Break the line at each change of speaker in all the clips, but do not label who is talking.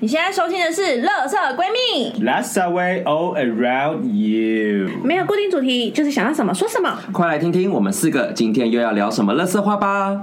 你现在收听的是《乐色闺蜜》，
Let's away all around you。
没有固定主题，就是想要什么说什么。
快来听听我们四个今天又要聊什么乐色话吧！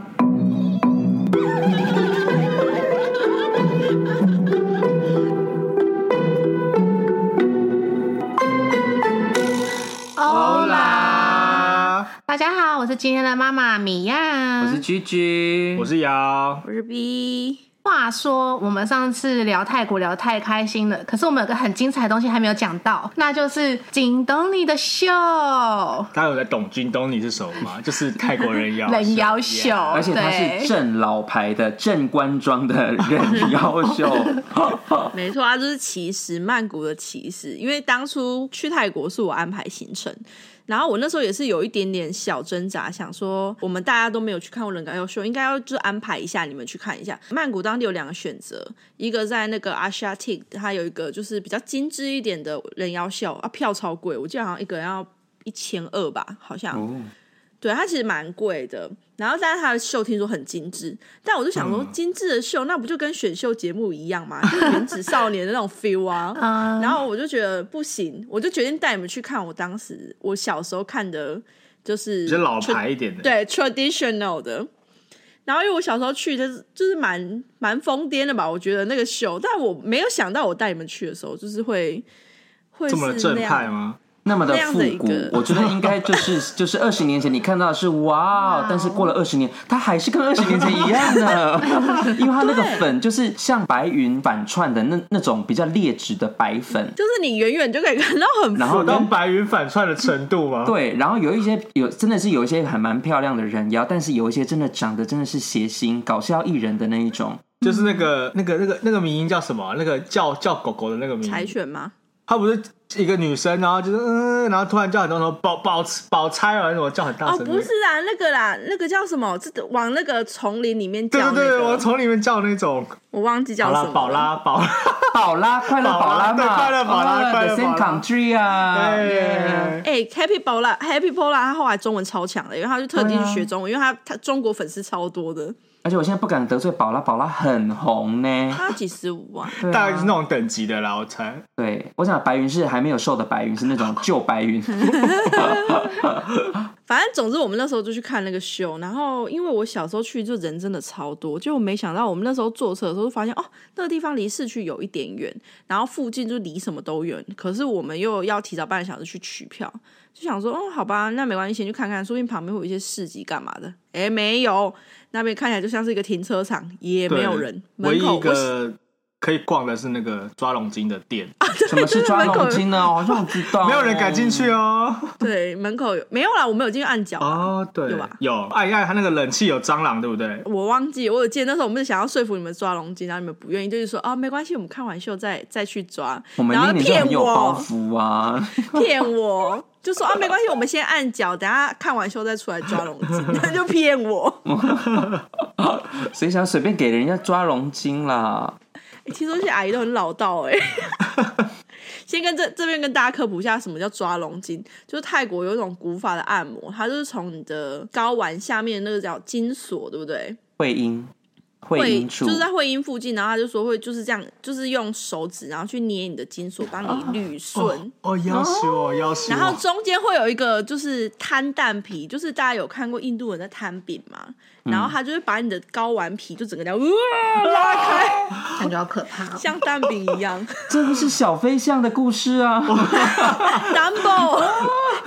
哦
啦，
大家好，我是今天的妈妈米娅，
我是居居，
我是瑶。
啊我是 B，
话说，我们上次聊泰国聊太开心了，可是我们有个很精彩的东西还没有讲到，那就是景东尼的秀，
大家有在懂军东尼是什么吗？ 就是泰国人 啊妖
人妖秀，
而且他是
哦 对，
正老牌的正官庄的人妖秀，
没错，它就是其实曼谷的其实，因为当初去泰国是我安排行程，然后我那时候也是有一点点小挣扎，想说我们大家都没有去看过人港优秀，应该要就是安排一下你们去看一下。曼谷当地有两个选择，一个在那个 Asia t i k 它有一个就是比较精致一点的人妖秀啊，票超贵，我记得好像一个人要一千二吧，好像。对，它其实蛮贵的。然后，但是它的秀听说很精致，但我就想说，精致的秀、那不就跟选秀节目一样吗？就是原子少年的那种 feel 啊。
嗯
然后我就觉得不行，我就决定带你们去看我当时我小时候看的，就是
比较老牌一点的。
对 traditional 的。然后因为我小时候去就是就是蛮蛮疯癫的吧，我觉得那个秀，但我没有想到我带你们去的时候，就是会会
这么哦
是
正
那样
派吗？
那么的
那样
复
的一
古
个，
我觉得应该就是就是二十年前你看到的是哇哦
哇哦，
但是过了二十年，它还是跟二十年前一样的，因为它那个粉就是像白云反串的那那种比较劣质的白粉，
就是你远远就可以看到很
然后
有
呢
到白云反串的程度吗？
对，然后有一些有真的是有一些还蛮漂亮的人妖，但是有一些真的长得真的是谐星、搞笑艺人的那一种。
就是那个那个那个那个名音叫什么啊？那个叫叫狗狗的那个名
柴
音，
犬吗？
她不是一个女生，然后就是嗯，然后突然叫很多什么宝宝宝钗啊，什么叫很大
哦，
声的。
不是啊，那个啦，那个叫什么？这个往那个丛林里面
对
叫、
对
那个，
对，我从里面叫那种
我忘记
宝
叫什
拉
么了
宝拉宝拉，
宝拉，快乐
宝
宝
拉
拉
对
嘛，哦
快乐宝拉快乐
The same
宝拉
country 啊，
对，
哎、h a p p y 宝拉，Happy 宝拉，他后来中文超强的，因为他就特地去
对啊
学中文，因为他他中国粉丝超多的，
而且我现在不敢得罪宝拉，宝拉很红呢。
他几十五万，
对
大概就是
啊
那，种等级的啦，我猜。
对我想白云是还没有瘦的白云，是那种旧 白云。
反正总之我们那时候就去看那个秀，然后因为我小时候去就人真的超多，就我没想到我们那时候坐车的时候就发现哦，那个地方离市区有一点远，然后附近就离什么都远，可是我们又要提早半个小时去取票，就想说哦，好吧，那没关系，先去看看，说不定旁边会有一些市集干嘛的。哎，没有，那边看起来就像是一个停车场，也没有人，
对唯
门
一
口
一个可以逛的是那个抓龙筋的店，
什么是抓龙筋呢？我好像知道，
没有人敢进去。哦。
对门口有没有啦？我们有进去按脚啊。
哦，对，
有吧
有按一按，它那个冷气有蟑螂，对不对？
我忘记，我有记得那时候我们是想要说服你们抓龙筋，然后你们不愿意，就是说啊没关系，我们看完秀再再去抓，
我们
然
那
后
年就
骗
很有包
我，
袱啊，
骗我，就说啊没关系，我们先按脚，等下看完秀再出来抓龙筋， 他就骗我。
嗯谁想随便给人家抓龙筋啦？
欸听说这些阿姨都很老道哎、 先跟这这边跟大家科普一下，什么叫抓龙筋？就是泰国有一种古法的按摩，它就是从你的睾丸下面那个叫筋索，对不对？
会阴，会
会
阴处
就是啊在会阴附近，然后他就说会就是这样，就是用手指然后去捏你的筋索，帮你捋顺。
哦，要死我，要哦死
然后
我！
中间会有一个就是摊蛋皮，就是大家有看过印度人在摊饼嘛，然后他就会把你的睾丸皮就整个这样哇拉开，
感觉好可怕、哦。
像蛋饼一样。
这不是小飞象的故事啊！
Dumbo，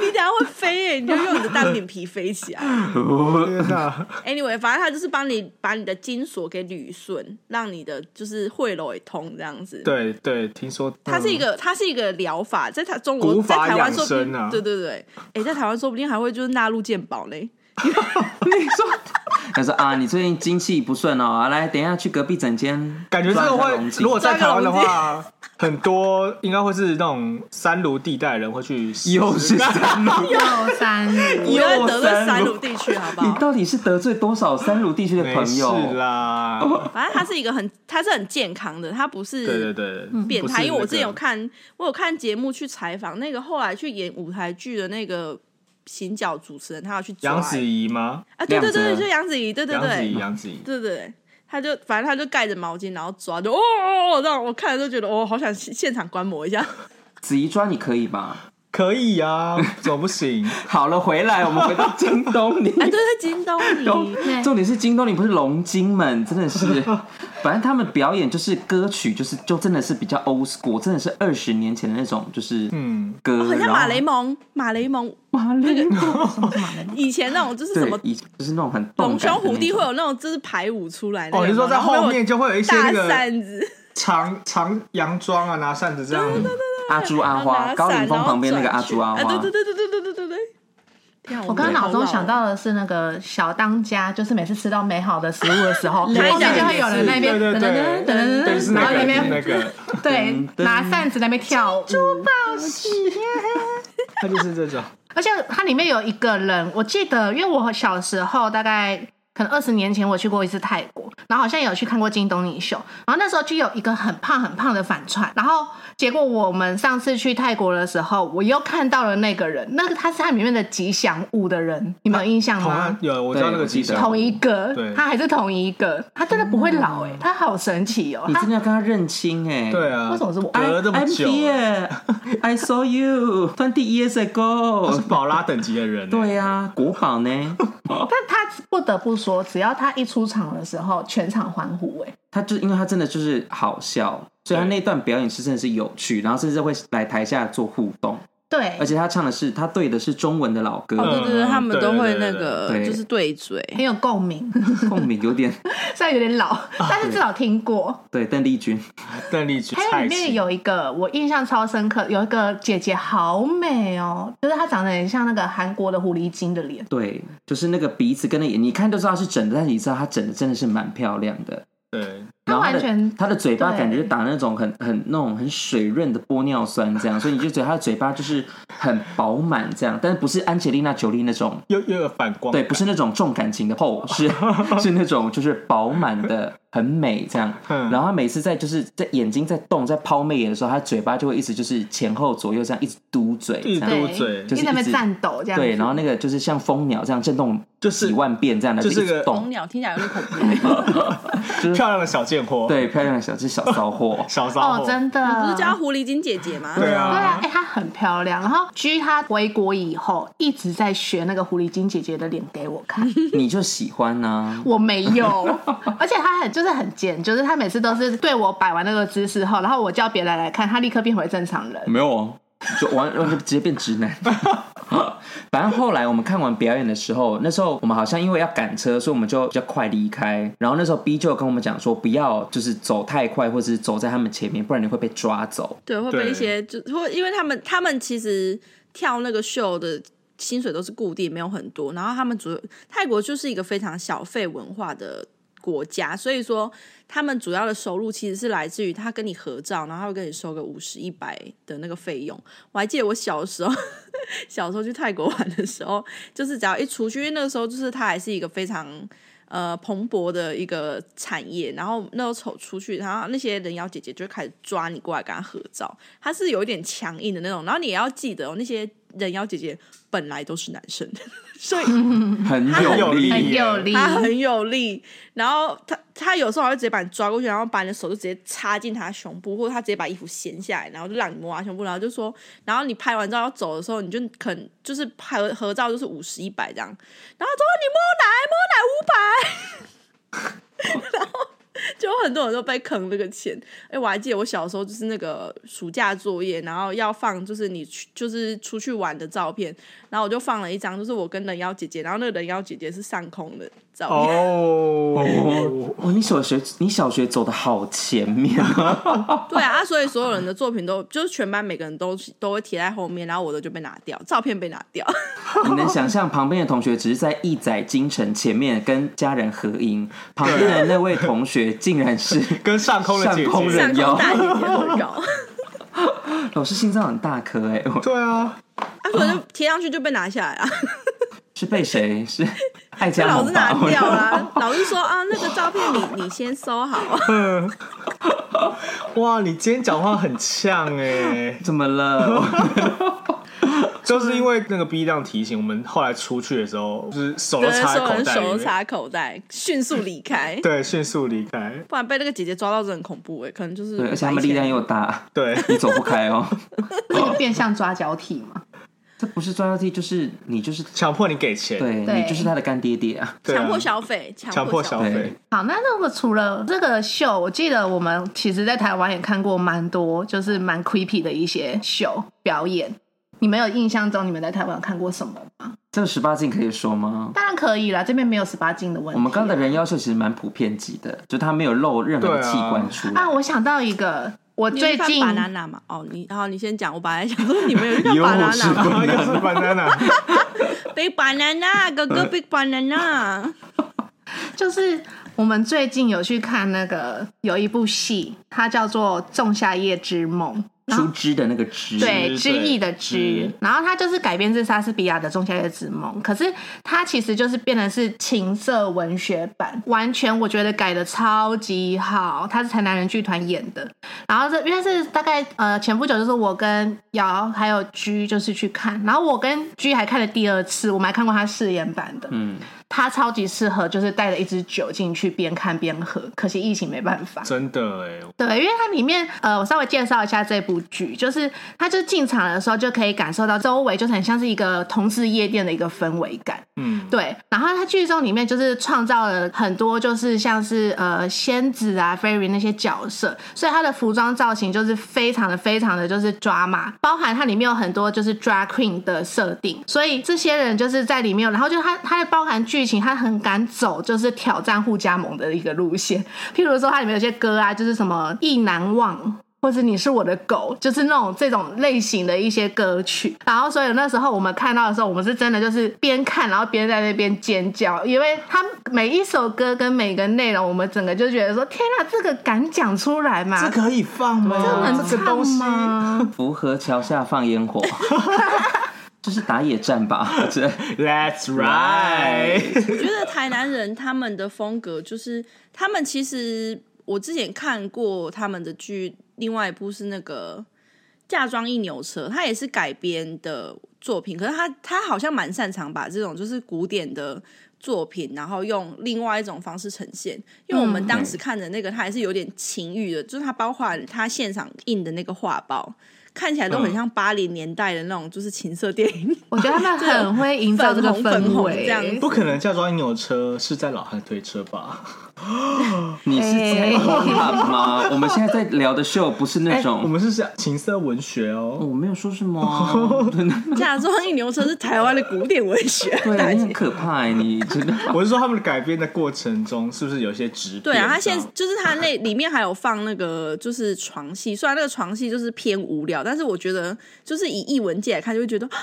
你等一下会飞耶，你就用你的蛋饼皮飞起来。
天哪，
Anyway，反正他就是帮你把你的筋索给捋顺，让你的就是会瘘也通这样子。
对对，听说嗯
它是一个，它是一个疗法，在台中
古
国在
法
台湾
养
说不定
生啊
对对对，哎、在台湾说不定还会就是纳入健保嘞。
你说， 他说啊，你最近精气不顺哦，啊来，等一下去隔壁诊间，
感觉这个会，如 果在台湾的
抓
话，很多应该会是那种三卢地带人会去试试，
又是三乳，
六三五，
不要得罪
三
三
乳
鲁地区，好 不
你
好？
到底是得罪多少三乳地区的
没
朋
事
友？
啦。
反正它是一个很，它是很健康的，它不是
对对对，
变
不是
态，因为我
那
之前有
个
看，我有看节目去采访那个后来去演舞台剧的那个行脚主持人，他要去抓
杨子怡吗？
啊，对对
亮
对，
子
就杨子怡，对对
杨子怡，
对，
杨子怡，
对对对。他就反正他就盖着毛巾，然后抓就哦哦哦，让我看了就觉得哦，好想现现场观摩 一下。
子怡抓你可以吧？
可以啊，怎么不行？
好了，回来我们回到京东里。
哎，对对，京东
东
尼，
对
重点是京东里不是龙精们，真 的是，反正他们表演就是歌曲，就是就真的是比较 old school，真的是二十年前的那种，就是
嗯，
歌，
很哦像
然后
马雷蒙，马雷蒙
马雷蒙，
以前那种就是什
对
么，
以就是那种很动
龙
感
兄
的
虎弟
那
会
种
有那种就是排舞出来的，
哦，你说在
然
后
有
面就会有一些
大
那个
扇子，
长长洋装啊，拿扇子这样。
阿朱阿
然后
花，
拿
高凌
伞
风
然后
旁边那个
转
阿朱阿
圈啊
花
对，对对对对对对对对。天啊
我刚刚脑中想，到的是那个小当家，就是每次吃到美好的食物的时候，后
来
面就
讲
会有人那边
对
噔
对
噔
对
噔噔
对，
噔
是
噔，然
那
后
个
那
是那
边
个，
对
噔
拿扇子在那边跳舞，
他就是这种。
而且它里面有一个人，我记得，因为我小时候大概可能二十年前我去过一次泰国，然后好像有去看过金东尼秀，然后那时候就有一个很胖很胖的反串，然后结果我们上次去泰国的时候，我又看到了那个人，那个他是他里面的吉祥物的人，你们有印象
同
吗
样？有，我知道那个
对
吉
我记得
祥
同一个
对，
他还是同一个，他真的不会老哎、他好神奇哦、
你
他
真的要跟他认亲哎？
对。啊，
为什么是我
隔了这么
I'm
久，啊
here, I saw you twenty years
他是
ago。
宝拉等级的人。
对呀、啊，国宝 呢？
但他不得不说，只要他一出场的时候，全场欢呼哎、
他就因为他真的就是好笑，所以他那段表演是真的是有趣，然后甚至会来台下做互动，
对，
而且他唱的是他对的是中文的老歌，
对哦对对，
嗯
他们都会
对
那个
对对对
就是对嘴，
很有共鸣，
共鸣有点
虽然有点老，
啊
但是至少听过。
对邓丽君，
邓丽君、
还有
蔡
里面
琴，
有一个我印象超深刻，有一个姐姐好美哦，就是她长得很像那个韩国的狐狸精的脸，
对，就是那个鼻子跟那眼，你看就知道是整的，但是你知道他整的真的是蛮漂亮的。
对，
然后
她
他
完全
的他的嘴巴
对
感觉就打那种很很那种很水润的玻尿酸这样，所以你就觉得他的嘴巴就是很饱满这样，但是不是安吉丽娜裘丽那种，
又又有反光，
对，不是那种重感情的厚，是 是那种就是饱满的很美这样。
嗯
然后他每次在就是在眼睛在动在抛媚眼的时候，他嘴巴就会一直就是前后左右这样一直嘟嘴这
一直
样
嘟。
对，
嘟嘴
一
就是
直在那
一
边
直
颤抖这样子。
对，然后那个就是像蜂鸟这样震动
就是
几万遍这样的，
就是
一直
个
红
动，
鸟听起来有点恐怖，
就是
漂亮的小贱货，，，
对漂亮的小这小骚货
小骚
哦，
货，
真的，
不是叫狐狸精姐姐吗？
对
对啊
啊，，
哎、她很漂亮。然后 G 她回国以后一直在学那个狐狸精姐姐的脸给我 看，
你就喜欢啊呢、
我没有，而且他很就是很贱，就是他每次都是对我摆完那个姿势后，然后我叫别人来看，他立刻变回正常人。
没有啊，就完完全直接变直男。 反正后来我们看完表演的时候，那时候我们好像因为要赶车，所以我们就比较快离开。然后那时候 B 就跟我们讲说，不要就是走太快，或是走在他们前面，不然你会被抓走。
对，会被
对
一些就或因为他们他们其实跳那个秀的薪水都是固定，没有很多。然后他们主泰国就是一个非常小费文化的国家，所以说他们主要的收入其实是来自于他跟你合照，然后他会跟你收个五十一百的那个费用。我还记得我小时候 小时候去泰国玩的时候，就是只要一出去，因为那个时候就是它还是一个非常。呃蓬勃的一个产业，然后那时候走出去，然后那些人妖姐姐就开始抓你过来跟她合照，她是有一点强硬的那种，然后你也要记得哦，那些人妖姐姐本来都是男生， 所以
很
很有
有
力
力，
很有力，
她很有力，然后她她有时候还会直接把你抓过去，然后把你的手就直接插进她的胸部，或者她直接把衣服掀下来，然后就让你摸她胸部，然后就说，然后你拍完照要走的时候，你就可能就是拍合合照就是五十一百这样，然后说你摸奶摸奶五百。就很多人都被坑这个钱。哎、我还记得我小时候就是那个暑假作业，然后要放就是你去就是出去玩的照片，然后我就放了一张，就是我跟人妖姐姐，然后那个人妖姐姐是上空的照片。
哦
哦，哦，你小学你小学走的好前面啊！
对啊，啊所以所有人的作品都就是全班每个人都都会贴在后面，然后我的就被拿掉，照片被拿掉。
你能想象旁边的同学只是在一载京城前面跟家人合影，旁边的那位同学竟然 是
跟上空的姐
上空
姐，
人
上
妖
空大姐姐合照，
老师心脏很大颗哎、我
对啊，
啊，所以就贴上去就被拿下来啊，
是被谁？是爱
被
家
老
老
师拿掉啦。 老师说啊，那个照片你你先收好。
哇，你今天讲话很呛哎，
怎么了？
就是因为那个 B 量提醒我们，后来出去的时候就是手都
对，
插在
所有
口
人
袋里
手
面，
插口袋，迅速离开，
对，迅速离开，
不然被那个姐姐抓到，真的很恐怖哎、可能就是
对，而且他们力量又大，
对，
你走不开哦。
这个变相抓交替嘛。
这不是抓交替，就是你就是
强迫你给钱，
对
对
你就是他的干爹爹啊。
对啊
强迫消费，
强迫
迫
消
费。
费，
好，那那个除了这个秀，我记得我们其实，在台湾也看过蛮多，就是蛮 creepy 的一些秀表演。你们有印象中你们在台湾有看过什么？
这个十八禁可以说吗？
当然可以啦，这边没有十八禁的问题。啊
我们刚刚的人妖秀其实蛮普遍级的，就他没有露任何的器官出来。
啊，我想到一个，我
你
最
有去
近
看 banana 嘛，哦，你然后你先讲，我本来想说你们有去看
有我是
banana
然
吗
后又是 banana，
？Big banana，哥
嗯
哥 Big banana，
就是我们最近有去看那个有一部戏，它叫做《仲夏夜之梦》。然后
出汁的那个汁，嗯
对，
枝
知意的
枝
知，然后它就是改编自莎士比亚的《仲夏夜之梦》，可是它其实就是变成是情色文学版，完全我觉得改的超级好。它是台南人剧团演的，然后这因为是大概呃前不久就是我跟瑶还有居就是去看，然后我跟居还看了第二次，我们还看过他饰演版的，
嗯，
他超级适合就是带了一支酒进去边看边喝，可惜疫情没办法。
真的哎，
对，因为它里面呃，我稍微介绍一下这部剧，就是它就进场的时候就可以感受到周围就是很像是一个同志夜店的一个氛围感。
嗯，
对，然后它剧中里面就是创造了很多就是像是呃仙子啊、fairy 那些角色，所以它的服装造型就是非常的非常的就是抓马，包含它里面有很多就是 drag queen 的设定，所以这些人就是在里面，然后就它它的包含剧情，它很敢走就是挑战互加盟的一个路线，譬如说它里面有些歌啊，就是什么意难忘。或者你是我的狗，就是那种这种类型的一些歌曲。然后，所以那时候我们看到的时候，我们是真的就是边看，然后边在那边尖叫，因为它每一首歌跟每个内容，我们整个就觉得说：天啊，这个敢讲出来嘛？
这可以放吗？
能
啊这个东西，
唱吗？
福和桥下放烟火，这是打野战吧？这
That's right。
我觉得台南人他们的风格就是，他们其实嗯我之前看过他们的剧，另外一部是那个《嫁妆一牛车》，它也是改编的作品，可是他他好像蛮擅长把这种就是古典的。作品，然后用另外一种方式呈现，因为我们当时看的那个，它还是有点情欲的，就是它包括它现场印的那个画报， 看起来都很像八零年代的那种，就是情色电影。
我觉得他们很会营造这个
粉红粉
氛
红
围，
这样子
不可能嫁妆牛车是在老汉推车吧？
你是在
哎
hip 吗？我们现在在聊的秀不是那种，
哎我们是讲情色文学哦。
我没有说什么啊，真的
嫁妆一牛车是台湾的古典文学，大
对，你
姐
很可怕欸，你真的。
我是说他们改编的过程中，是不是有一些直
对啊，
他
他现在就是他 那里面还有放那个就是床戏，虽然那个床戏就是偏无聊，但是我觉得就是以译文界来看，就会 觉得哎、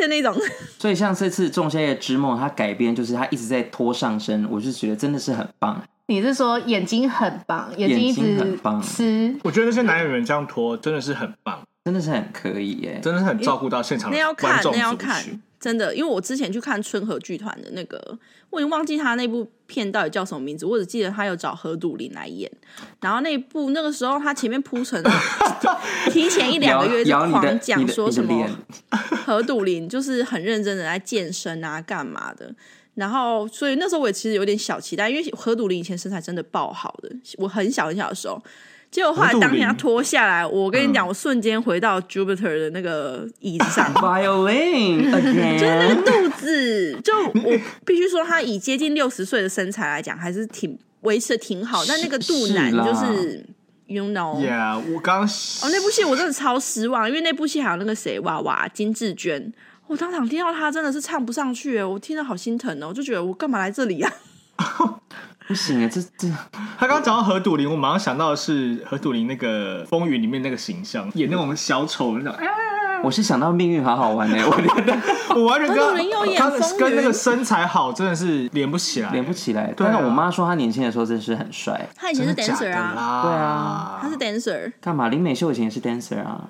的那种，
所以像这次《仲夏夜之梦》，它改编就是它一直在拖上身，我就觉得真的是很棒。
你是说眼睛很棒，眼睛一
眼睛很
直
棒
吃，
我觉得那些男演员这样拖真的是很棒，
真的是很可以耶、
真的是很照顾到现场
啊
那
的
要
观
看
众
那要
族群
看。，真的，因为我之前去看春和剧团的那个，我已经忘记他那部片到底叫什么名字，我只记得他有找何笃林来演，然后那一部那个时候他前面铺 陈啊，提前一两
咬
个月就
咬你的
狂
你
讲
的
说
你的
什么
脸。，
何笃林就是很认真的在健身啊，干嘛的。然后，所以那时候我也其实有点小期待，因为何笃林以前身材真的爆好的，我很小很小的时候。结果后来
何笃
当
林
天他脱下来，我跟你讲，我瞬间回到 Jupiter 的那个椅子上
Violin
就是那
again，
个肚子，就我必须说，他以接近六十岁的身材来讲，还是挺维持的挺好，但那个肚腩
是啦
就是，you know，
Yeah，我刚
哦，那部戏我真的超失望，因为那部戏还有那个谁娃娃金志娟，我当场听到她真的是唱不上去耶，我听得好心疼哦，我就觉得我干嘛来这里啊？
不行啊，这这
他刚讲到何笃林，我马上想到的是何笃林那个《风云》里面那个形象，演那种小丑那种，哎
我是想到命运好好玩 哎、我觉得
我完全跟
哦何笃林又演
他
风云
跟那个身材好真的是连不起来，
连不起来。
对啊
但是我妈说她年轻的时候真是很帅，
她以前是
真的假
dancer
的
啊，
啦
对啊
她是 dancer，
干嘛？林美秀以前也是 dancer 啊，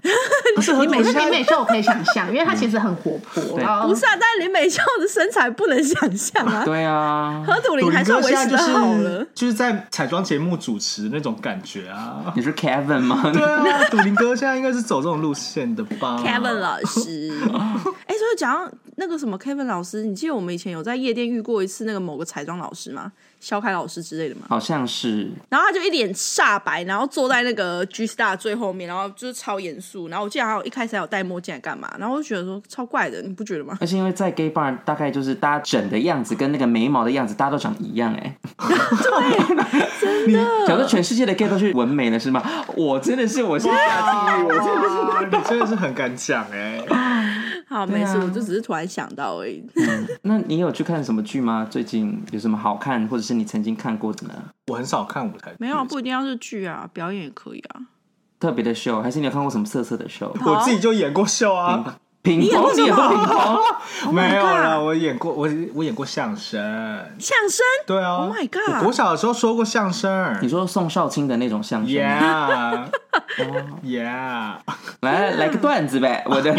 不是何主
你每
林
次
他
林美秀我可以想象，因为她其实很活泼，哦
对
然后
不是啊，但林美秀的身材不能想象啊。
对 啊，
何祖
杜
林还
林
算
哥
维
现在
持
就
的好
是
了，
就是在彩妆节目主持那种感觉啊。
你是 Kevin 吗？
对 啊，杜林哥现在应该是走这种路线的吧
Kevin 老 师，哎、所以讲到那个什么 Kevin 老师，你记得我们以前有在夜店遇过一次那个某个彩妆老师吗？肖凯老师之类的吗？
好像是，
然后他就一脸煞白，然后坐在那个 G Star 最后面，然后就是超严肃。然后我记得还有一开始还有戴墨镜来干嘛，然后我就觉得说超怪的，你不觉得吗？
而且因为在 gay bar 大概就是大家整的样子跟那个眉毛的样子，大家都长一样哎、对，真的。假如说全世界的 gay 都去纹眉了是吗？我真的是，我是下地狱，我真的是。
哇你真的是很敢讲哎、
好，
对
没
啊
事，我就只是突然想到而已。
那你有去看什么剧吗？最近有什么好看，或者是你曾经看过的呢？
我很少看舞台剧，
没有啊，不一定要是剧啊，表演也可以啊。
特别的秀，还是你有看过什么色色的秀？
我自己就演过秀
嗯
啊，
平
演过
头，
什
你
么
也会平头？
没有
Oh my
啦，
god
我演过，我我演过相声，
相声
对啊
Oh my god
我国小的时候说过相声
你说宋少卿的那种相声吗？
，Yeah
Oh
Yeah，
来来个段子呗，我的。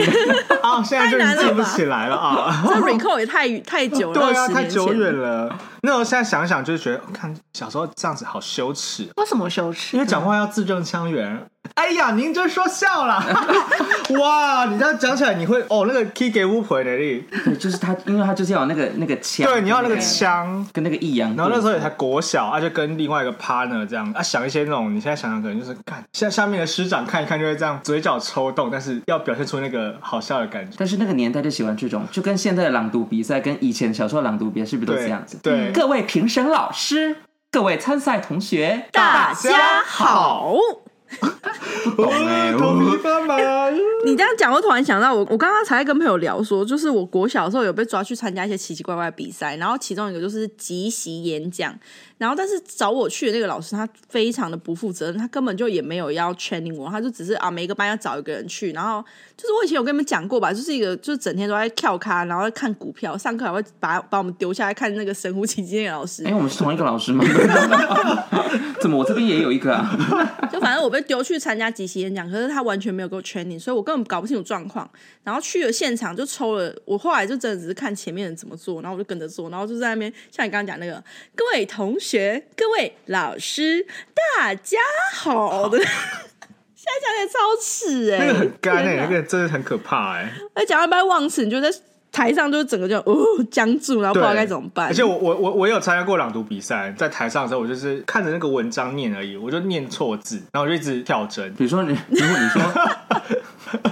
啊，现在
太
真
难了
的记不
吧
起来了啊。
这 recall 也太太久了，
对啊，
20
太
年
久
前
远了。那我现在想想，就是觉得，看小时候这样子好羞耻，
为什么羞耻？
因为讲话要字正腔
嗯
圆。哎呀，您真说笑 了，哇！你这样讲起来，你会哦，那个 key 给巫婆的力，
对，就是他，因为他就是要有那个那个腔，
对，你要那个腔。
跟那个抑扬。
然后那时候也才国小，啊，就跟另外一个 partner 这样啊，想一些那种，你现在想想可能就是看下下面的师长看一看就会这样嘴角抽动，但是要表现出那个好笑的 感觉。
但是那个年代就喜欢这种，就跟现在的朗读比赛跟以前小时候朗读比赛是不是都这样子？
对对
各位评审老师，各位参赛同学，
大家好。
懂哎、
哦头皮发麻，
你这样讲，我突然想到我，我刚刚才跟朋友聊说，就是我国小的时候有被抓去参加一些奇奇怪怪的比赛，然后其中一个就是即席演讲，然后但是找我去的那个老师他非常的不负责任，他根本就也没有要 training 我，他就只是啊每一个班要找一个人去，然后就是我以前有跟你们讲过吧，就是一个就是整天都在跳咖，然后在看股票，上课还会把把我们丢下来看那个神乎其技那个老师
哎、，我们是同一个 老师吗？怎么我这边也有一个啊？
就反正我被丢去参加即席演讲，可是他完全没有给我 training，所以我根本搞不清楚状况。然后去了现场就抽了，我后来就真的只是看前面人怎么做，然后我就跟着做，然后就在那边像你刚刚讲那个，各位同学、各位老师，大家好的。现 在讲起来超耻哎、
那
欸，
个很干 哎、
天哪
那个真的很可怕哎、
而讲到一半忘词，你就在台上就整个就哦僵住，然后
对，
不知道该怎么办。
而且我我我我有参加过朗读比赛，在台上的时候，我就是看着那个文章念而已，我就念错字，然后我就一直跳针。
比如说你，如果你说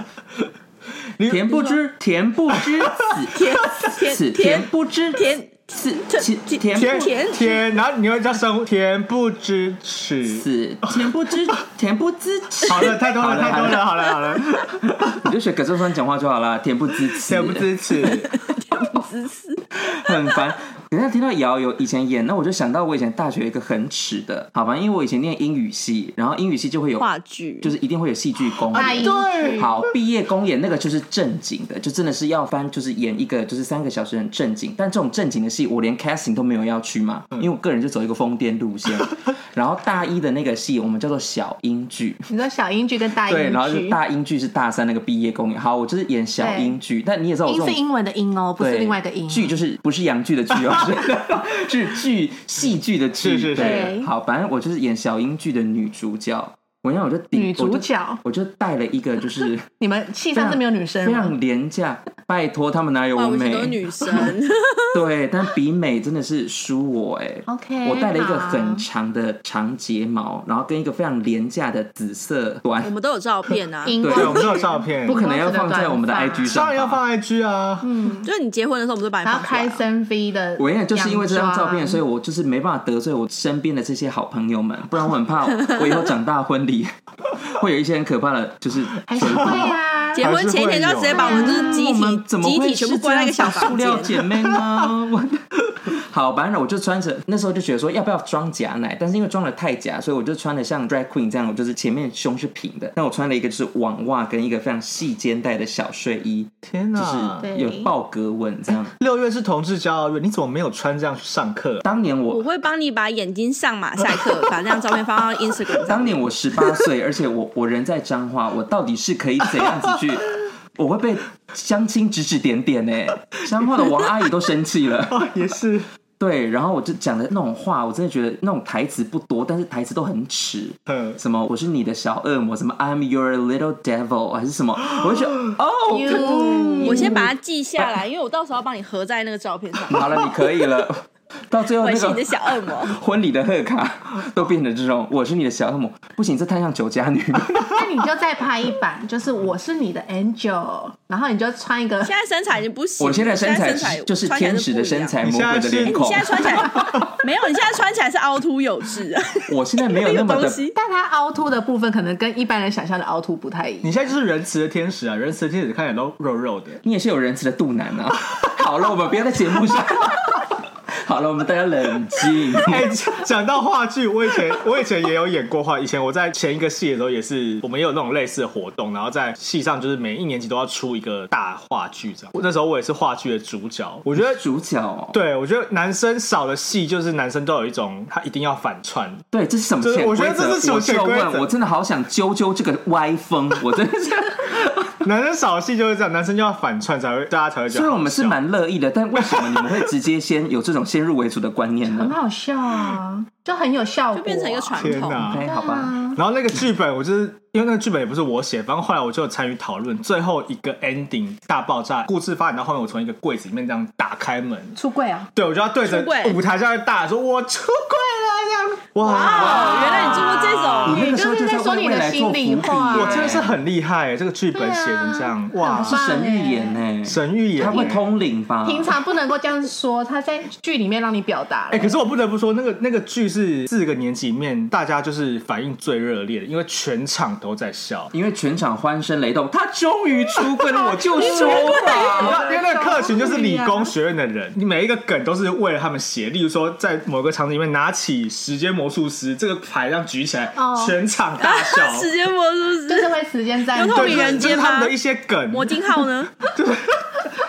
你
甜不知甜不知
甜
此此
甜
甜
甜
不知
甜
此
这
此
这
甜
甜
不
甜
甜，然后你又叫生物甜不知耻。
此甜不知甜不知 耻。
好了，太多
好
了，
了
太多了，好了，好了，
你就学葛洲川讲话就好了，恬不知耻，
甜不 知耻。
很烦。等一下听到瑶有以前演，那我就想到我以前大学有一个很耻的，好吧，因为我以前念英语系，然后英语系就会有，
话剧
就是一定会有戏剧公
大一
演。
对
好，毕业公演那个就是正经的，就真的是要翻，就是演一个就是三个小时很正经。但这种正经的戏，我连 casting 都没有要去嘛，因为我个人就走一个疯癫路线。然后大一的那个戏，我们叫做小英剧，
你说小英剧跟大英
对，然后就
剧，
大英剧是大三那个毕业公演。好，我就是演小英剧，但你也知道我这
英
种
是英文的英哦，不是
对
另外一个英。
剧就是不是洋剧的剧哦，是是剧戏剧的剧。
是是是
对好，反正我就是演小英剧的女主角。我然后我就顶
女主，角，
我就我就带了一个就是
你们戏上是没有女生
非
吗，
常廉价，拜托他们哪有
哇，
我
我以前
美？
都是女生，
对，但比美真的是输我哎、
OK，
我带了一个
好啊
很长的长睫毛，然后跟一个非常廉价的紫色
我
短，
们都有照片啊。
荧
对
对，我
光
们都有照片，
不可能要放在我们的
光
IG
当
上吧，嗯
然要放 IG 啊。
就是你结婚的时候，我们就把你
然
放
后
出来
开深 V 的，
我跟你讲，就是因为这张照片，所以
以
我就是没办法得罪我身边的这些好朋友们，不然我很怕我以后长大婚礼 会有一些很可怕的，就是
还是会啊，
结婚前一天就
嗯
哎要直接把我们就是集
我们
体
哎怎么
集
会
体
是
全部关在一个小
这样
房
塑料
间，
姐妹呢？我好，反正我就穿着，那时候就觉得说要不要装假奶，但是因为装的太假，所以我就穿的像 drag queen 这样，我就是前面胸是平的，但我穿了一个就是网袜跟一个非常细肩带的小睡衣，
天哪！
就是
嗯
对
有爆格纹这样。
六月是同志骄傲月，你怎么没有穿这样去上 课、
当年我
我会帮你把眼睛上马赛克，把那张照片放到 Instagram 上
当。年我十八岁，而且我我人在彰化，我到底是可以怎样子 去？我会被相亲指指点点呢、欸彰化的王阿姨都生气了。
啊？也是，
对，然后我就讲的那种话，我真的觉得那种台词不多，但是台词都很耻。
嗯，
什么我是你的小恶魔，什么 I'm your little devil，还是什么？我就觉得哦，
嗯
我先把它记下来，因为我到时候要帮你合在那个照片上。
好了，你可以了。到最后
我
那
是你的
个
小恶魔，
婚礼的贺卡都变成这种，我是你的小恶魔，不行，这太像酒家女。
那你就再拍一版，就是我是你的 angel，然后你就穿一个
现在身材已经不行了。
我现在身材
现在
是就是天使的身材，
你
魔
现在
鬼的脸
是
穿起来不一样。你
孔。
现在穿起来没有？你现在穿起来是凹凸有致啊，
我现在 没有
那
那
个
么
东
的，
西。
但它凹凸的部分可能跟一般人想象的凹凸不太一样。
你现在就是仁慈的天使啊！仁慈的天使看起来都肉肉 的，
你也是有仁慈的肚腩啊。 好了，我们不要在节目上。 好了，我们大家冷静。
哎、讲到话剧，我以前我以前也有演过话，以前我在前一个戏的时候也是，我们也有那种类似的活动，然后在戏上就是每一年级都要出一个大话剧这样。我那时候我也是话剧的主角，我觉得。
主角哦，
对，我觉得男生少的戏就是男生都有一种他一定要反串，
对，这是什么
这
潜
我觉
规
得
则？
这是什么
我
潜
就
规则
问，我真的好想揪揪这个歪风，我真的是。
男生少的戏就是这样，男生就要反串才会大家才会觉得好笑。
虽然我们是蛮乐意的，但为什么你们会直接先有这种先入为主的观念
很
呢？
好笑啊，就很有效果啊、
就变成一个传
天
统。
哪，
哎，好吧，
啊。
然后那个剧本，我就是因为那个剧本也不是我写，反正后来我就有参与讨论。最后一个 ending 大爆炸，故事发展到后面，我从一个柜子里面这样打开门，
出柜啊！
对我就要对着
出柜
舞台上面大喊说：“我出柜了！”这样，哇，
哦，原来你做过这
哎
你
种，
那个时候
就是在
是
说
为
你
未
的
来做
心
伏
里
笔
话
我
耶，
真的是很厉害，这个剧本写成这样，
啊
哇，
是神预言呢，
神预言，
他会。通灵吧？
平常不能够这样说，他在剧里面让你表达了。
哎、可是我不得不说，那个那个剧是四个年级里面大家就是反应最热烈的，因为全场都在笑。
因为全场欢声雷动，他终于出柜了，我就说
你知
吧。
道，因为那个客群就是理
哦
工学院的人，你每一个梗都是为了他们写。例如说，在某个场景里面拿起时间魔术师这个牌，这样举起来，
哦
全场大笑。
时间魔术师。
就是会时间在
有透
对，
明人
这
间
是
吗
他们的一些梗，
魔镜号呢？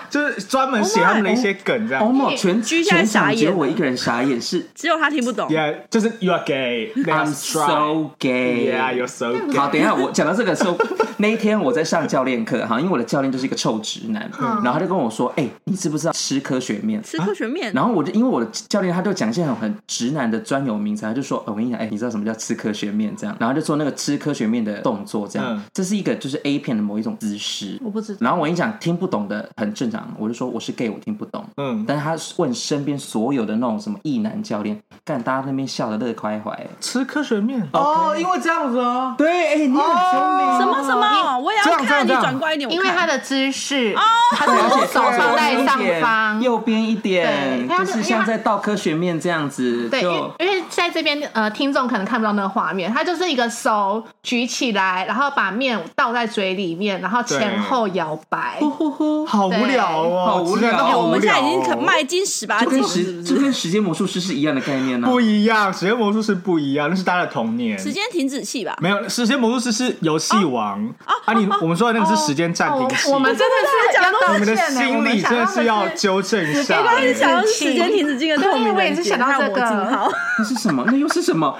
就是专门写他们的一些梗这
欧
样。
某哦全
居下
全场
傻眼
只有我一个人傻眼，是
只有他听不 懂。
啊
Yeah，就是 you are gay,
I'm
that's right.
so gay。
Yeah, you're so
好，
gay.
等一下，我讲到这个时候， 那一天我在上教练课，哈，因为我的教练就是一个臭直男，然后他就跟我说：“哎、你知不知道吃科学面？”
吃科学面，
然后我就因为我的教练他就讲一些很很直男的专有名词，他就说、哦我跟你讲，哎、你知道什么叫吃科学面这样？然后他就做那个吃科学面的动作这样，
嗯
这是一个就是 A 片的某一种姿势。
我不知道。
然后我跟你讲，听不懂的很正常，我就说我是 gay，我听不懂。
嗯，
但是他问身边所有的那种什么异男教练，干大家那边笑得乐开
哦
怀。
吃科学面哦，因为这样子哦。
对，哎、你很聪明。
什么什
哦
么，哦我也
这
要
样这样
看。你
这样
转过来一点，我
因为
看
他的姿势，他的手放在上方，
右边一点，
对他
就
要
是像在倒科学面这样子，
对，因为
就
因为在这边呃，听众可能看不到那个画面，它就是一个手举起来，然后把面倒在嘴里面，然后前后摇摆。哦
呼呼，
好无聊哦，
好无聊
直男都
哎
好
我
无
们现
聊
在已
哦
经可迈进十八
就
禁
跟
了，是
时
不？
就是跟时间魔术师是一样的概念呢、啊
不一样，时间魔术师不一样，那是大家的童年。
时间停止器吧。
没有，时间魔术师是游戏王啊！你我们说的那个是时间暂停器，
哦我我们真的是要道
你们的
歉呢，欸
心
我
里
们想
真的
要
是要
是
纠正一下
没。关系
想要时间停止器的透明
对我也
人
是
间
想到
和
这
我
个
镜号，
那是什么？那又是什么？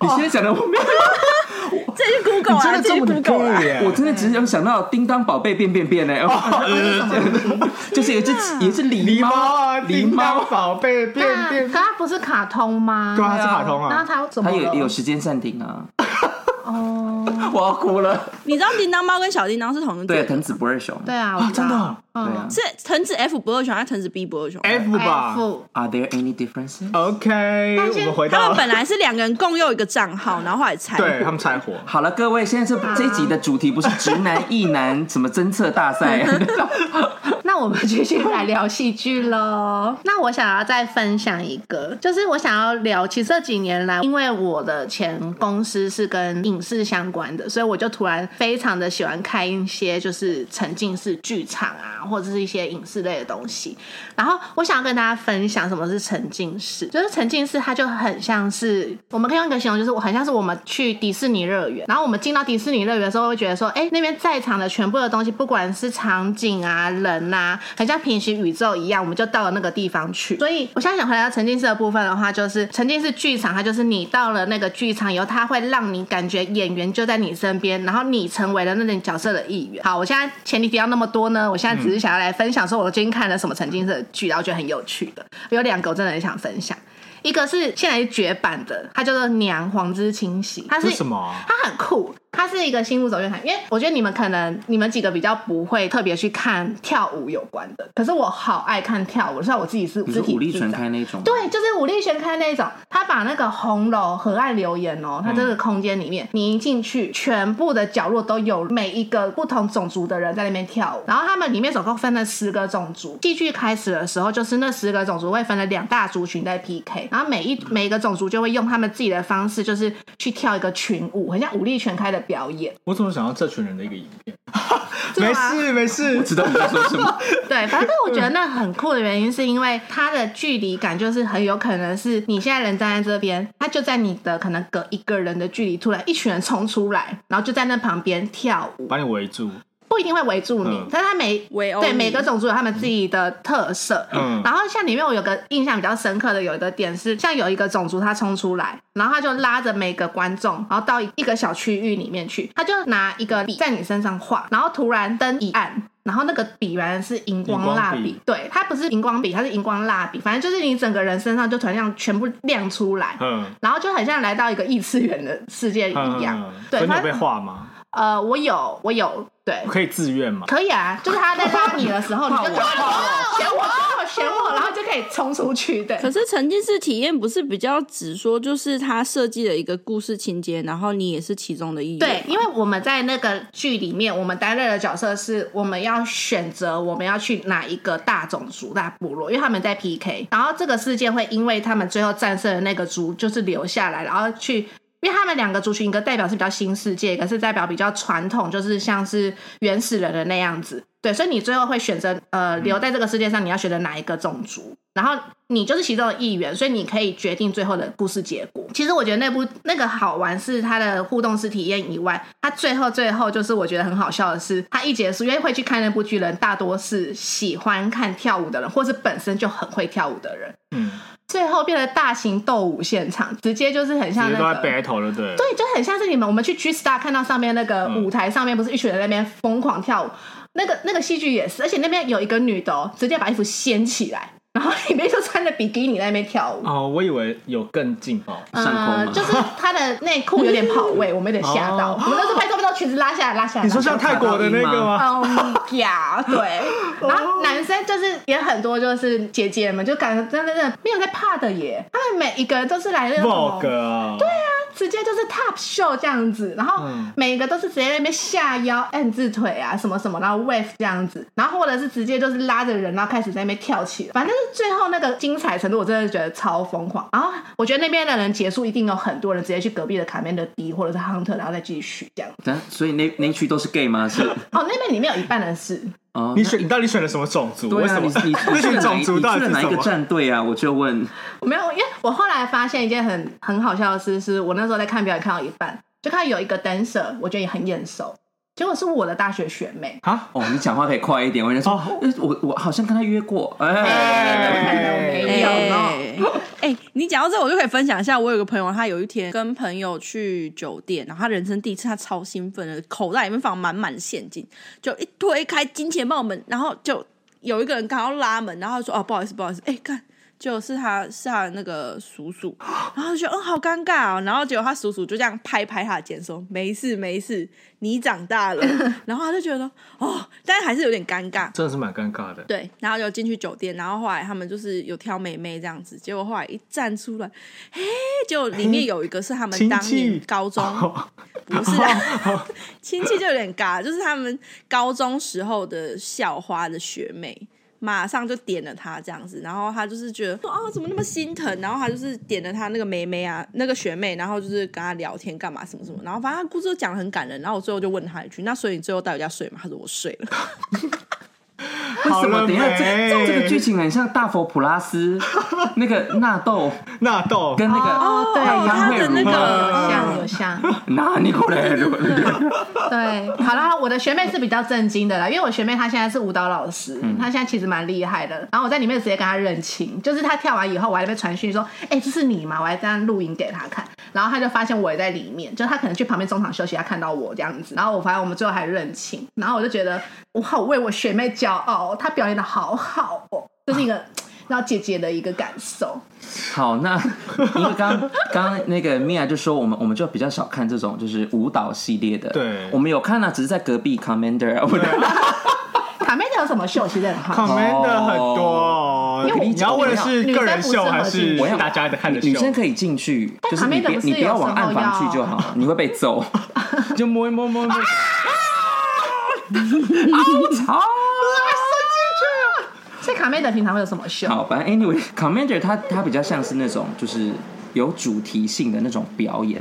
你现在讲的我没有，
这是 Google
你真
啊，
的
这
这
是
么的
Google 啊。
gay 耶
我真的只想想到叮当宝贝变变变呢、哎哦呃就是有一只也是
狸
狸
猫啊，
狸
狸猫
猫，
宝贝变
那可
变，
它不是卡通吗？
对啊，是卡通
然后
啊。
它怎么
它
了？
有有时间暂停啊，
哦，
我要哭了。
你知道叮当猫跟小叮当是同一
对，
队，
藤子不二雄，
对啊，我
啊，
知
真
道
的啊
嗯
对啊
是藤子 F 不二雄还是藤子 B 不二雄？啊
F 吧
F
Are there any differences？
？OK，
但
我
是
们回
他
到
们本来是两个人共用一个账号，然后后来拆。
对他们柴火，
好了，各位，现在这这一集的主题不是直男异男什么侦测大赛，
那我们继续来聊戏剧喽。那我想要再分享一个，就是我想要聊，其实这几年来，因为我的前公司是跟影视相关的，所以我就突然非常的喜欢看一些就是沉浸式剧场啊，或者是一些影视类的东西。然后我想要跟大家分享什么是沉浸式，就是沉浸式它就很像是我们可以用一个形容，就是我很像是我们去迪士尼乐园，然后我们进到迪士尼乐园的时候，会觉得说，哎，那边在场的全部的东西，不管是场景啊、人呐、很像平行宇宙一样，我们就到了那个地方去。所以我现在想回答沉浸式的部分的话，就是沉浸式剧场，它就是你到了那个剧场以后，它会让你感觉演员就在你身边，然后你成为了那种角色的一员。好，我现在前提提到那么多呢，我现在只是想要来分享说，我今天看了什么沉浸式的剧，然后觉得很有趣的，有两个我真的很想分享。一个是现在是绝版的，它叫做《娘黄之清洗》，它
这
是
是什么
哦
啊
它很酷，它是一个新舞走乐团。因为我觉得你们可能你们几个比较不会特别去看跳舞有关的，可是我好爱看跳舞，虽然我自己是
你
肢
说
体
武力
智
全
障
开那种吗，
对，就是武力全开那一种，他把那个红楼河岸留言哦，他这个空间里面，你一进去，全部的角落都有每一个不同种族的人在那边跳舞，然后他们里面总共分了十个种族。戏剧开始的时候，就是那十个种族会分了两大族群在 PK，然后每一每一个种族就会用他们自己的方式，就是去跳一个群舞，很像武力全开的表演。
我怎么想到这群人的一个影片？
真
没
的吗
事没事
我，知道你在说什么。
对，反正我觉得那很酷的原因，是因为它的距离感就是很有可能是你现在人站在这边，它就在你的可能隔一个人的距离，突然一群人冲出来，然后就在那旁边跳 舞，
把你围住。
不一定会围住你，
嗯
但是它每
围殴
对
你
每个种族有他们自己的特色。
嗯
然后像里面我有个印象比较深刻的有一个点是，像有一个种族他冲出来，然后他就拉着每个观众，然后到一个小区域里面去，他就拿一个笔在你身上画，然后突然灯一暗。然后那个笔原来是荧光蜡
荧光
笔
笔，
对，它不是荧光笔，它是荧光蜡笔，反正就是你整个人身上就突然这样全部亮出来，
嗯，
然后就很像来到一个异次元的世界一样。
嗯所
对，
以你有
反
被
正
画吗？
呃，我有，我有，对，
可以自愿 吗？
可以啊，就是他在拉你的时候，你就
我怕
我选我选我选我，然后就可以冲出去。对，
可是沉浸式体验不是比较只说，就是他设计了一个故事情节，然后你也是其中的一员。
对，因为我们在那个剧里面，我们担任的角色是我们要选择我们要去哪一个大种族、大部落，因为他们在 PK，然后这个世界会因为他们最后战胜的那个族，就是留下来，然后去。因为他们两个族群，一个代表是比较新世界，一个是代表比较传统，就是像是原始人的那样子。对，所以你最后会选择呃留在这个世界上，你要选择哪一个种族，然后你就是其中的一员，所以你可以决定最后的故事结果。其实我觉得那部那个好玩是它的互动式体验以外，它最后最后就是我觉得很好笑的是，它一结束，因为会去看那部剧的人大多是喜欢看跳舞的人，或是本身就很会跳舞的人，
嗯，
最后变得大型斗舞现场，直接就是很
直
像
接
那
都在
个。
battle 了，对了。
对，就很像是你们我们去 G Star 看到上面那个
嗯
舞台上面，不是一群人在那边疯狂跳舞，那个那个戏剧也是，而且那边有一个女的、哦、直接把衣服掀起来，然后里面就穿着比基尼在那边跳舞。
哦，我以为有更近哦。
上空吗
呃，就是她的内裤有点跑 位，我们有点吓到。
哦
我们那时候拍照片，把裙子拉下来，拉下来。
你说
拉下来
像泰国的那个吗？
哦呀，对， 然后男生就是也很多，就是姐姐们就感觉真的真的没有在怕的耶，他们每一个人都是来那种
Vogue 啊，对啊，
直接就是 top show 这样子，然后
嗯
每个都是直接在那边下腰、按字腿啊什么什么，然后 wave 这样子，然后或者是直接就是拉着人，然后开始在那边跳起来。反正是最后那个精彩程度，我真的觉得超疯狂。然后我觉得那边的人结束，一定有很多人直接去隔壁的卡梅的 D 或者是 Hunter，然后再继续这样。
等下所以那那一区都是 gay 吗？是
哦，那边里面有一半人是，
哦，
你选你到底选了什么种 族？
对
为
啊，
什
你
么
你
那
你去
群
了哪
种
一
族
你
到
去
底
了
是
哪一
什
个
么？
战队啊？我就问，
我没有，因为我后来发现一件很很好笑的事，是我那时候在看表演看到一半，就看到有一个 dancer，我觉得也很眼熟，结果是我的大学学妹。
啊，
哦，你讲话可以快一点。我跟你说
哦，
呃我我好像跟他约过，哎，
哎
哎、
有呢
哎、你讲到这，我就可以分享一下。我有个朋友，他有一天跟朋友去酒店，然后他人生第一次，他超兴奋的，口袋里面放满满的现金，就一推开金钱豹门，然后就有一个人刚好拉门，然后他说：“哦，不好意思，不好意思，哎、看就是他是他的那个叔叔，然后就觉得嗯好尴尬哦，然后结果他叔叔就这样拍拍他的肩说没事没事，你长大了，然后他就觉得哦，但是还是有点尴尬，
真的是蛮尴尬的。
对，然后就进去酒店，然后后来他们就是有挑妹妹这样子，结果后来一站出来，嘿，结果里面有一个是他们
亲
当
戚哦
年高中， 不是啊亲戚就有点尬，就是他们高中时候的校花的学妹。马上就点了她这样子，然后她就是觉得说啊、怎么那么心疼？然后她就是点了她那个妹妹啊，那个学妹，然后就是跟她聊天干嘛什么什么，然后反正她故事都讲的很感人。然后我最后就问她一句：“那所以你最后带回家睡吗？”她说：“我睡了。”
为什
好了
么？等一下，这
没
这个剧情很像大佛普拉斯那个纳豆
纳豆
跟那 个
哦，对，
太阳
他
会
的那
如
个
有像有像，
那你过来如果
对，好啦，我的学妹是比较震惊的啦，因为我学妹她现在是舞蹈老师，她现在其实蛮厉害的。然后我在里面直接跟她认亲，就是她跳完以后，我还在那边传讯说，哎、这是你吗？我还这样录影给她看，然后她就发现我也在里面，就她可能去旁边中场休息，她看到我这样子，然后我发现我们最后还认亲，然后我就觉得我好为我学妹骄傲，她表演的好好哦，就是一个。然后姐姐的一个感受，
好，那因为刚刚那个 Mia 就说我们我们就比较少看这种就是舞蹈系列的，
对
我们有看啊，只是在隔壁 Commander，啊我的
卡梅特有什么秀？其实很好奇，
commander 很多哦
因为我
你要问的是个人秀还是
我要
大家的看的秀？
女生可以进去，
但
就是你
Commander
别
不是
你不要往暗
有时
房
候
去就好，你会被揍， 就摸一摸摸一 摸， 好
所以卡梅特平常会有什么秀？
好，反正 anyway，Commander 它它比较像是那种就是有主题性的那种表演，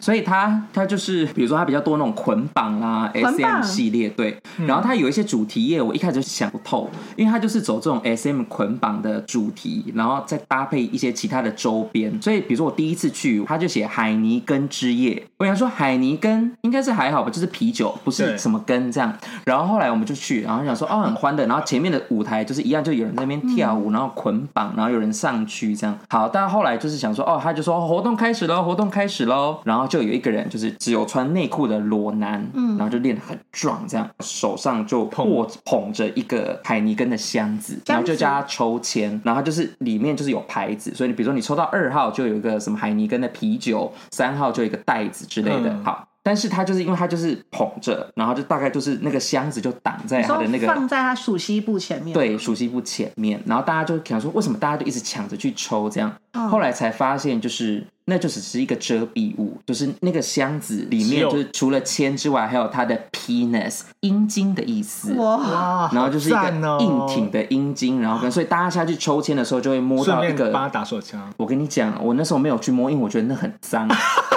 所以它它就是比如说它比较多那种捆绑啦、
捆
S M
绑
系列对，然后它有一些主题页我一开始就想不透，因为它就是走这种 S M 捆绑的主题，然后再搭配一些其他的周边，所以比如说我第一次去，它就写海尼根之夜，我想说海尼根应该是还好吧，就是啤酒，不
对
是什么根这样，然后后来我们就去，然后想说哦很欢乐，然后前面的舞台就是一样，就有人在那边跳舞，然后捆绑，然后有人上去这样。好，但后来就是想说哦，他就说、哦活动开始喽，活动开始喽，然后就有一个人就是只有穿内裤的裸男，嗯，然后就练得很壮，这样手上就握捧着一个海尼根的箱子，然后就叫他抽签，然后就是里面就是有牌子，所以你比如说你抽到二号就有一个什么海尼根的啤酒，三号就有一个袋子之类的，
嗯
好。但是他就是因为他就是捧着，然后就大概就是那个箱子就挡在他
说
的那个
放在他属西部前面，，
对熟悉部前面，然后大家就想说为什么大家就一直抢着去抽这样，
嗯
后来才发现就是那就只是一个遮蔽物，就是那个箱子里
只
面
有
就是除了铅之外还有它的 penis 阴茎的意思。
哇，
哇，
然后就是一
好
个
赞哦
硬挺，的阴茎，然后跟所以大家下去抽签的时候就会摸
顺
到一
便帮他
个。
打手枪。
我跟你讲，我那时候没有去摸，因为我觉得那很 脏。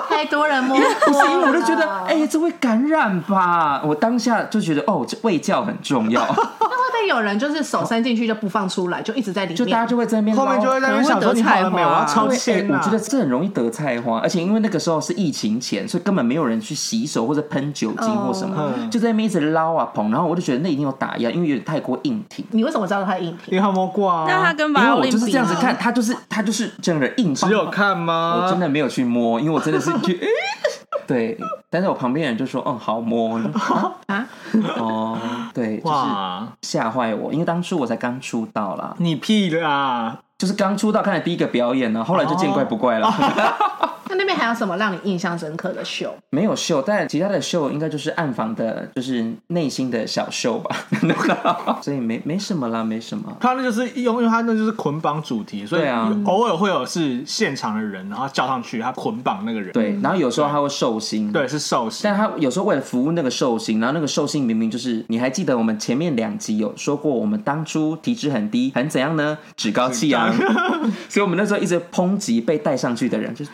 太多人摸过了，
不是因为我就觉得，哎、这会感染吧？我当下就觉得，哦，这卫教很重 要，
会不会有人就是手伸进去就不放出来，就一直在里面？
就大家就会在那边
后面
捞
就会在那边想说你好了没有，我要
对
抽签
哎
啊
我觉得这很容易得菜花，而且因为那个时候是疫情前，所以根本没有人去洗手或者喷酒精或什么，
哦嗯
就在那边一直捞啊捧，然后我就觉得那一定有打压，因为有点太过硬挺。
你为什么知道他硬
因
挺？
为他摸过啊。
那他跟
因为
Violin
我就是这样子
比
看，他就是他就是整个人硬邦邦
只有看吗？
我真的没有去摸，因为我真的是去，诶对，但是我旁边人就说，嗯，好摸我就啊
啊
哦，对，就是
哇，
吓坏我，因为当初我才刚出道啦，
你屁啦！
就是刚出道看的第一个表演呢，后来就见怪不怪了，
那那边还有什么让你印象深刻的秀？
没有秀，但其他的秀应该就是暗房的，就是内心的小秀吧， 所以没没什么啦，没什么。
他那就是用，因为他那就是捆绑主题，所以
对啊
有偶尔会有是现场的人，然后叫上去，他捆绑那个人，
对，然后有时候他会寿星，
对，是受刑。
但他有时候为了服务那个寿星，然后那个寿星明明就是，你还记得我们前面两集有说过，我们当初体脂很低，很怎样呢？趾高气扬， 所以我们那时候一直抨击被带上去的人，就是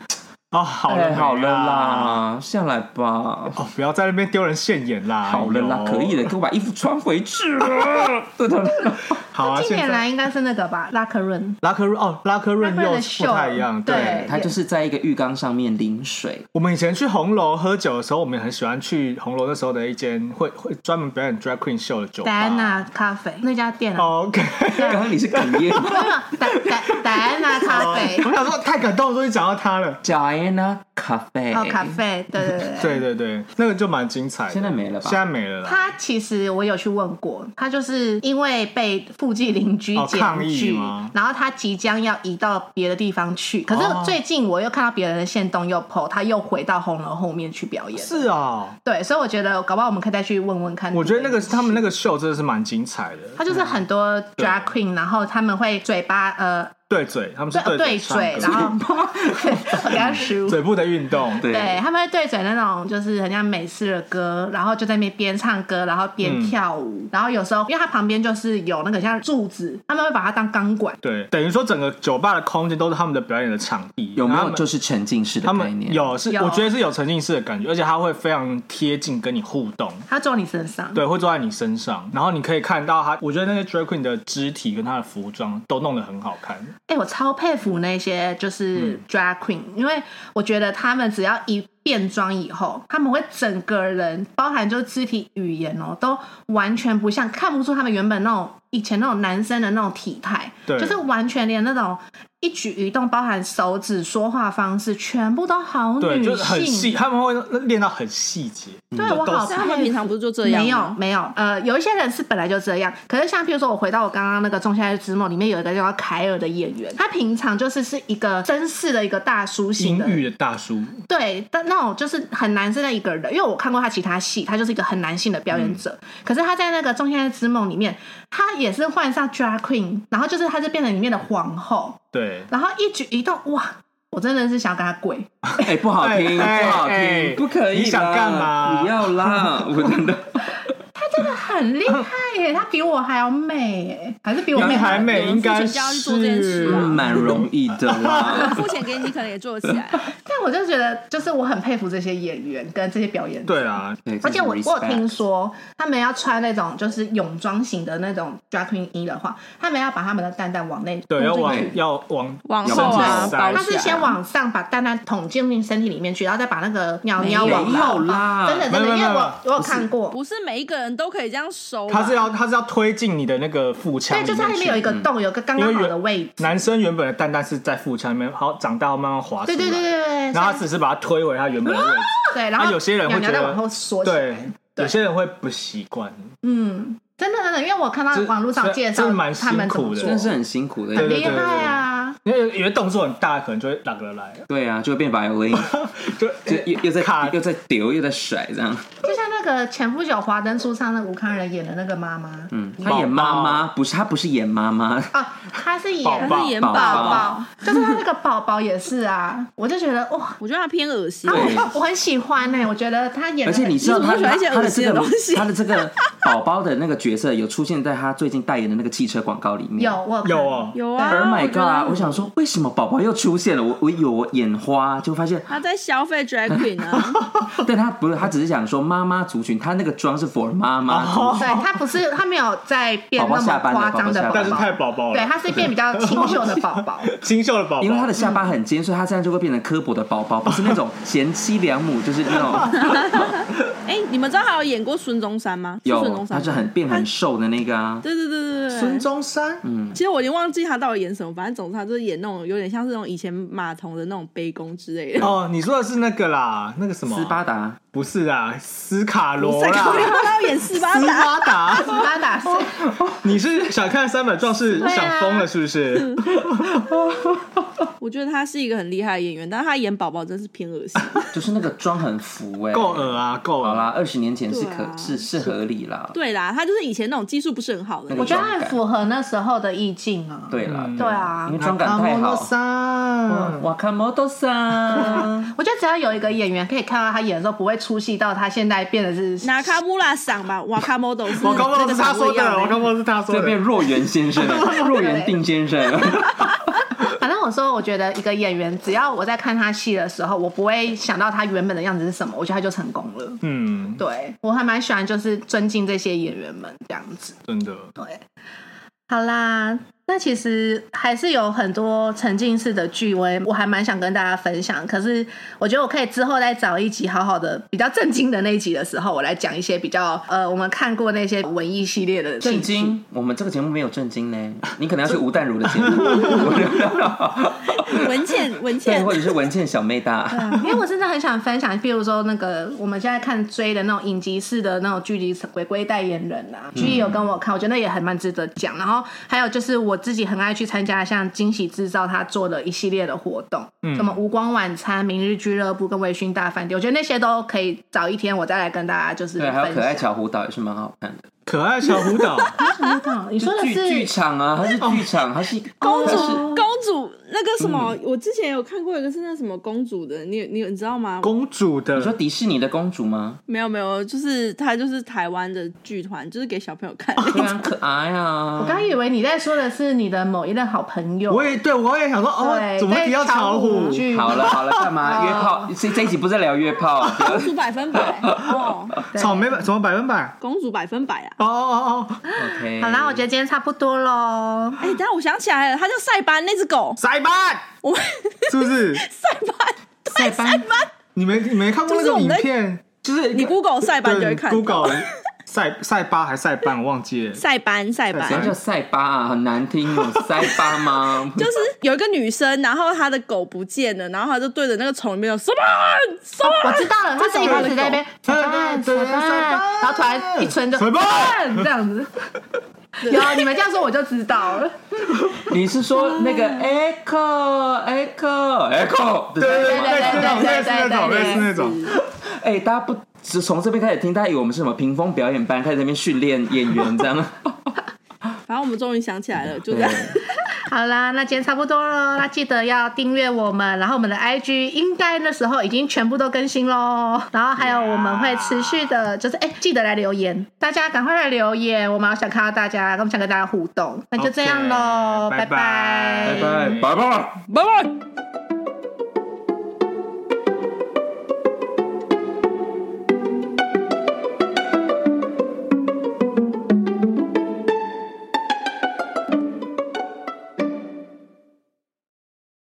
哦，好了、
哎好了，啦，下来吧，
哦，不要在那边丢人现眼啦，
好了啦，
哎呦
可以了，，给我把衣服穿回去了。对对对，
好啊，
近
现
年
在
来应该是那个吧，拉克润。
拉克润哦，拉克润
拉克
又
润的
不太一样，
秀对
他就是在一个浴缸上面淋水，
我们以前去红楼喝酒的时候，我们也很喜欢去红楼那时候的一间会会专门表演 drag queen 秀的酒
戴
吧
安。娜咖啡那家店啊，
OK，
刚刚你是哽咽。
没有没有戴戴戴安娜咖啡
我想说太感动了，终于讲到他了。
Diana 咖啡，
哦，咖啡，对对对。
对对对，那个就蛮精彩的。
现在没了吧
现在没了啦。
他其实我有去问过，他就是因为被附近邻居
哦抗
检
议
举，
吗
然后他即将要移到别的地方去。可是
哦
最近我又看到别人的线动又 PO，他又回到红楼后面去表演。
是哦，
对，所以我觉得搞不好我们可以再去问问看。
我觉得那个他们那个秀真的是蛮精彩的。
他就是很多 drag queen，然后他们会嘴巴呃
对嘴，他们是
对哦对
对
嘴，
唱
然
歌
后我 给他食 物。
嘴部的运动。
对
对，他们会对准那种就是很像美式的歌，然后就在那边边唱歌，然后边
嗯
跳舞，然后有时候因为它旁边就是有那个像柱子，他们会把它当钢管。
对，等于说整个酒吧的空间都是他们的表演的场地，
有没
然后
有
他们
就是沉浸式的
他
概
们
念？
有是，
有
我觉得是有沉浸式的感觉，而且他会非常贴近跟你互动，
它坐你身上，
对，会坐在你身上，然后你可以看到他，我觉得那些 drag queen 的肢体跟他的服装都弄得很好看，
哎、我超佩服那些就是
嗯
drag queen，、因为我觉得他们只要一变装以后，他们会整个人，包含就是肢体语言哦，都完全不像，看不出他们原本那种以前那种男生的那种体态，
对
就是完全连那种一举一动，包含手指、说话方式，全部都好
对，
女
就是很细，
性。
他们会练到很细节，
对我好佩服，
但他们平常不是就这样
没有
吗？
没有，呃，有一些人是本来就这样，可是像譬如说，我回到我刚刚那个《仲夏夜之梦》里面有一个叫凯尔的演员，他平常就是是一个绅士的一个大叔型
英
的，
嗯
语的大叔，
对，但那种就是很男生的一个人，因为我看过他其他戏，他就是一个很男性的表演者，
嗯
可是他在那个《仲夏夜之梦》里面，他也是换上 drag queen，然后就是他就变成里面的皇后，
对。
然后一举一动，哇，我真的是想跟他跪，
哎、不好听，
哎
不好听，
哎
不可以啦。
你想干嘛
不要啦， 我真的。
很厉害耶，他比我还要美耶，还是比我
比
美
你还
有
美，
人
应该
付钱教育做这件
是
事啊
蛮 容易的 啦。
付钱给你，可能也做得起来。
但我就觉得，就是我很佩服这些演员跟这些表演者。
对啊，
对
而且我我
这是
有
respect
听说，他们要穿那种就是泳装型的那种 drag queen 衣的话，他们要把他们的蛋蛋往内
对，要
往
往要往
往后啊，
要不然
包起
他
来
是先往上把蛋蛋捅进身体里面去，然后再把那个鸟鸟
没
往
有
后
啦
真的真
没有
的，
没
因
有
为
没有
我我有看过，
不是每一个人都可以这样收吧。
他是要他是要推进你的那个腹腔
对，
里
就
面
是
去，嗯
它里面有一个洞，有个刚刚
因为
好
原
的位置。
男生原本的蛋蛋是在腹腔里面，好长大后慢慢滑出
对
来，
对对对对，
然后他只是把它推回它原本的位置，
对，然
啊
后
有些人
鸟
会
鸟
觉
再
得
往后缩起来。
对，有些人会不习惯，
嗯，真的真的，因为我看到
这
网络上
这
介绍
这蛮
他们怎
辛苦的
么做
真的，是很辛苦的。
对对
厉害啊！
因为有有些动作很大，可能就会哪个来，
对啊，就会变白 尾，
就
就又又在
卡
又在丢又在甩这样。
就像那个前不久华灯初上那吴康仁演的那个妈妈，嗯，
他演妈妈，不是他不是演妈妈，
啊，她是演
宝
他
宝
是演
宝
宝
宝
宝，
宝，就是她那个宝宝也是啊，我就觉得哇，
我觉得他偏恶心
啊。
对
我我很喜欢欸呢、我觉得她演
而
的，
且你知道
你怎么
他
会喜欢一些
他
恶
的
心
这
的
个
东西
他的这个宝宝的那个角色有出现在他最近代言的那个汽车广告里面。
有我看
有哦，
有
Oh
啊
my
我觉得
god！我想说，为什么宝宝又出现了？我我有我眼花，就发现，
他在消费 drag queen 啊，
但他不是，他只是想说妈妈族群，他那个妆是 for 妈妈族群。
对她不是她没有在变
宝
那
宝下
么
班了
夸张的
宝宝下班
宝
但是
了
太
宝，
宝宝
对，
了，
她是变比较清秀的 宝宝，
清秀的宝宝，
因为他的下巴很尖，所以他这样就会变成刻薄的宝宝，不是那种贤妻良母，嗯 就是那种
哎，你们知道他有演过孙中山吗？是孙
有
中，山
他
吗，
是很变很瘦的那个啊。
对对对对对对，
孙中山，
其实我已经忘记他到底演什么，反正总之他就是演那种有点像是那种以前马童的那种杯弓之类的。
哦，你说的是那个啦，那个什么啊，
斯巴达，
不是啊，斯卡
哦
罗
在考虑
啦，
他要演斯巴
斯
达，
巴达，
斯巴达是
你是想看三本壮士
对啊
想疯了是不是？
我觉得他是一个很厉害的演员，但是他演宝宝真是偏恶心。
就是那个妆很浮哎、
够恶啊，够
好
恶
啦，二十年前是可、
对啊
是是合理啦。
对啦，他就是以前那种技术不是很好的
那，个
我觉得她很符合那时候的意境啊，
对啦，
嗯
对啊
因为，妆感太好。
山，
哇卡莫多 桑，
我觉得只要有一个演员可以看到他演的时候不会出戏到他现在变得是
拿卡穆拉赏吧，瓦卡莫斗是
我刚
那
刚
个
是他
长
说
得一样
的，我
的
刚刚是他说
这边
的，
若元先生，若元定先生，
反正我说，我觉得一个演员，只要我在看他戏的时候，我不会想到他原本的样子是什么，我觉得他就成功了。
嗯，
对我还蛮喜欢，就是尊敬这些演员们这样子。
真的。
对，好啦，那其实还是有很多沉浸式的剧，我也我还蛮想跟大家分享。可是我觉得我可以之后再找一集好好的、比较震惊的那一集的时候，我来讲一些比较呃，我们看过那些文艺系列的
震
戏剧。
惊！我们这个节目没有震惊呢，你可能要去吴淡如的节目，
文倩，
对，
文倩
或者是文倩小妹
对
大。
啊，因为我真的很想分享，比如说那个我们现在看追的那种影集式的那种剧集《鬼鬼代言人》啊，剧集有跟我看，我觉得那也还蛮值得讲。然后还有就是我自己很爱去参加像惊喜制造他做的一系列的活动，什么无光晚餐、明日俱乐部跟微醺大饭店，我觉得那些都可以早一天我再来跟大家就是
对，
分
还有可爱
享。
小胡岛也是蛮好看的，
可爱小舞蹈，
真的你说的
剧剧
是
场啊，它是剧场，它是
公主
它是，
公主那个什
嗯
么，我之前有看过一个是那什么公主的，你你你知道吗？
公主的
你说迪士尼的公主吗？
没有没有，就是她就是台湾的剧团，就是给小朋友 看。
非常可爱
我
啊！
刚以为你在说的是你的某一任好朋友，
我也对我也想说，哦，
对，
怎么会
在
提到巧虎？
剧
好了好了，干嘛约炮？这这一集不是在聊约炮，啊 不要
公主百 分百哦，
对
草莓版什么百分百？
公主百分百啊！
哦哦哦哦，
OK。
好啦，我觉得今天差不多喽。
哎、等一下我想起来了，它叫塞班那只狗，
塞班
我们
是不是？
塞班对塞班，
你没你没看过那
就是
个
我
影
们在
片？就是
你 Google 塞班就会看到
Google 塞塞巴还塞班，我忘记了。
塞班塞班
塞
什么叫塞巴啊？很难听哦，塞巴吗？
就是有一个女生，然后她的狗不见了，然后她就对着那个丛里面的塞班塞
我
班，
知道了，他是一开始在那边
这
彩
种
蛋彩
对对对
蛋，
彩蛋
然后突然一拳就
彩蛋
这样子。有你们这样说我就知道了，
你是说那个 echo echo echo？对
对对
对对
对，类似那种，类似那
对对对对
种，类似那种。
哎，大家不只从这边开始听，大家以为我们是什么屏风表演班，开始在那边训练演员这样。
反正我们终于想起来了，就这
对
样。
好啦，那今天差不多了，那记得要订阅我们，然后我们的 IG 应该那时候已经全部都更新喽，然后还有我们会持续的，就是哎、记得来留言，大家赶快来留言，我们好想看到大家，我们想跟大家互动，那就这样喽
OK，
拜
拜
拜拜，拜拜。
拜拜。